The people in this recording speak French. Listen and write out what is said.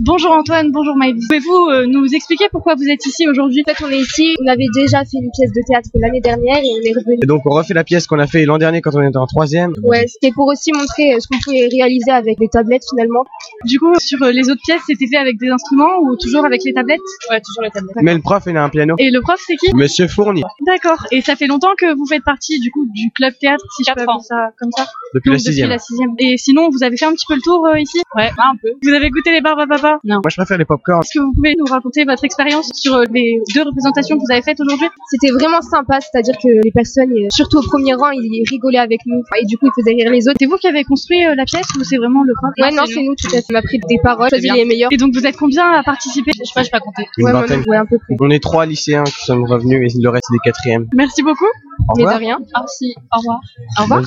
Bonjour Antoine, bonjour Maëlys. Pouvez-vous euh, nous expliquer pourquoi vous êtes ici aujourd'hui En fait, on est ici, on avait déjà fait une pièce de théâtre l'année dernière et on est revenu. Et donc on refait la pièce qu'on a fait l'an dernier quand on était en troisième. Ouais, c'était pour aussi montrer euh, ce qu'on pouvait réaliser avec les tablettes finalement. Du coup, sur euh, les autres pièces, c'était fait avec des instruments ou toujours avec les tablettes Ouais, toujours les tablettes. Mais le prof, il a un piano. Et le prof, c'est qui Monsieur Fourni, D'accord. Et ça fait longtemps que vous faites partie du coup du club théâtre, si je peux Quatre ans. appeler ça comme ça. depuis la Donc, depuis sixième. la sixième. Et sinon, vous avez fait un petit peu le tour euh, ici Ouais, un peu. Vous avez goûté les barbes à papa Moi, je préfère les popcorn. Est-ce que vous pouvez nous raconter votre expérience sur euh, les deux représentations que vous avez faites aujourd'hui C'était vraiment sympa, c'est-à-dire que les personnes, euh, surtout au premier rang, ils rigolaient avec nous et du coup ils faisaient rire les autres. C'est vous qui avez construit euh, la pièce ou c'est vraiment le prof Ouais, non, c'est nous tout à fait. On a pris des paroles, C'est choisi bien. les meilleures. Et donc vous êtes combien à participer Je sais pas, je pas compté. Une ouais, vingtaine. ouais, ouais, un peu plus. On est trois lycéens qui sont revenus et le reste des quatrièmes. Merci beaucoup. Au Mais revoir. de rien. Ah si, au revoir. Au revoir.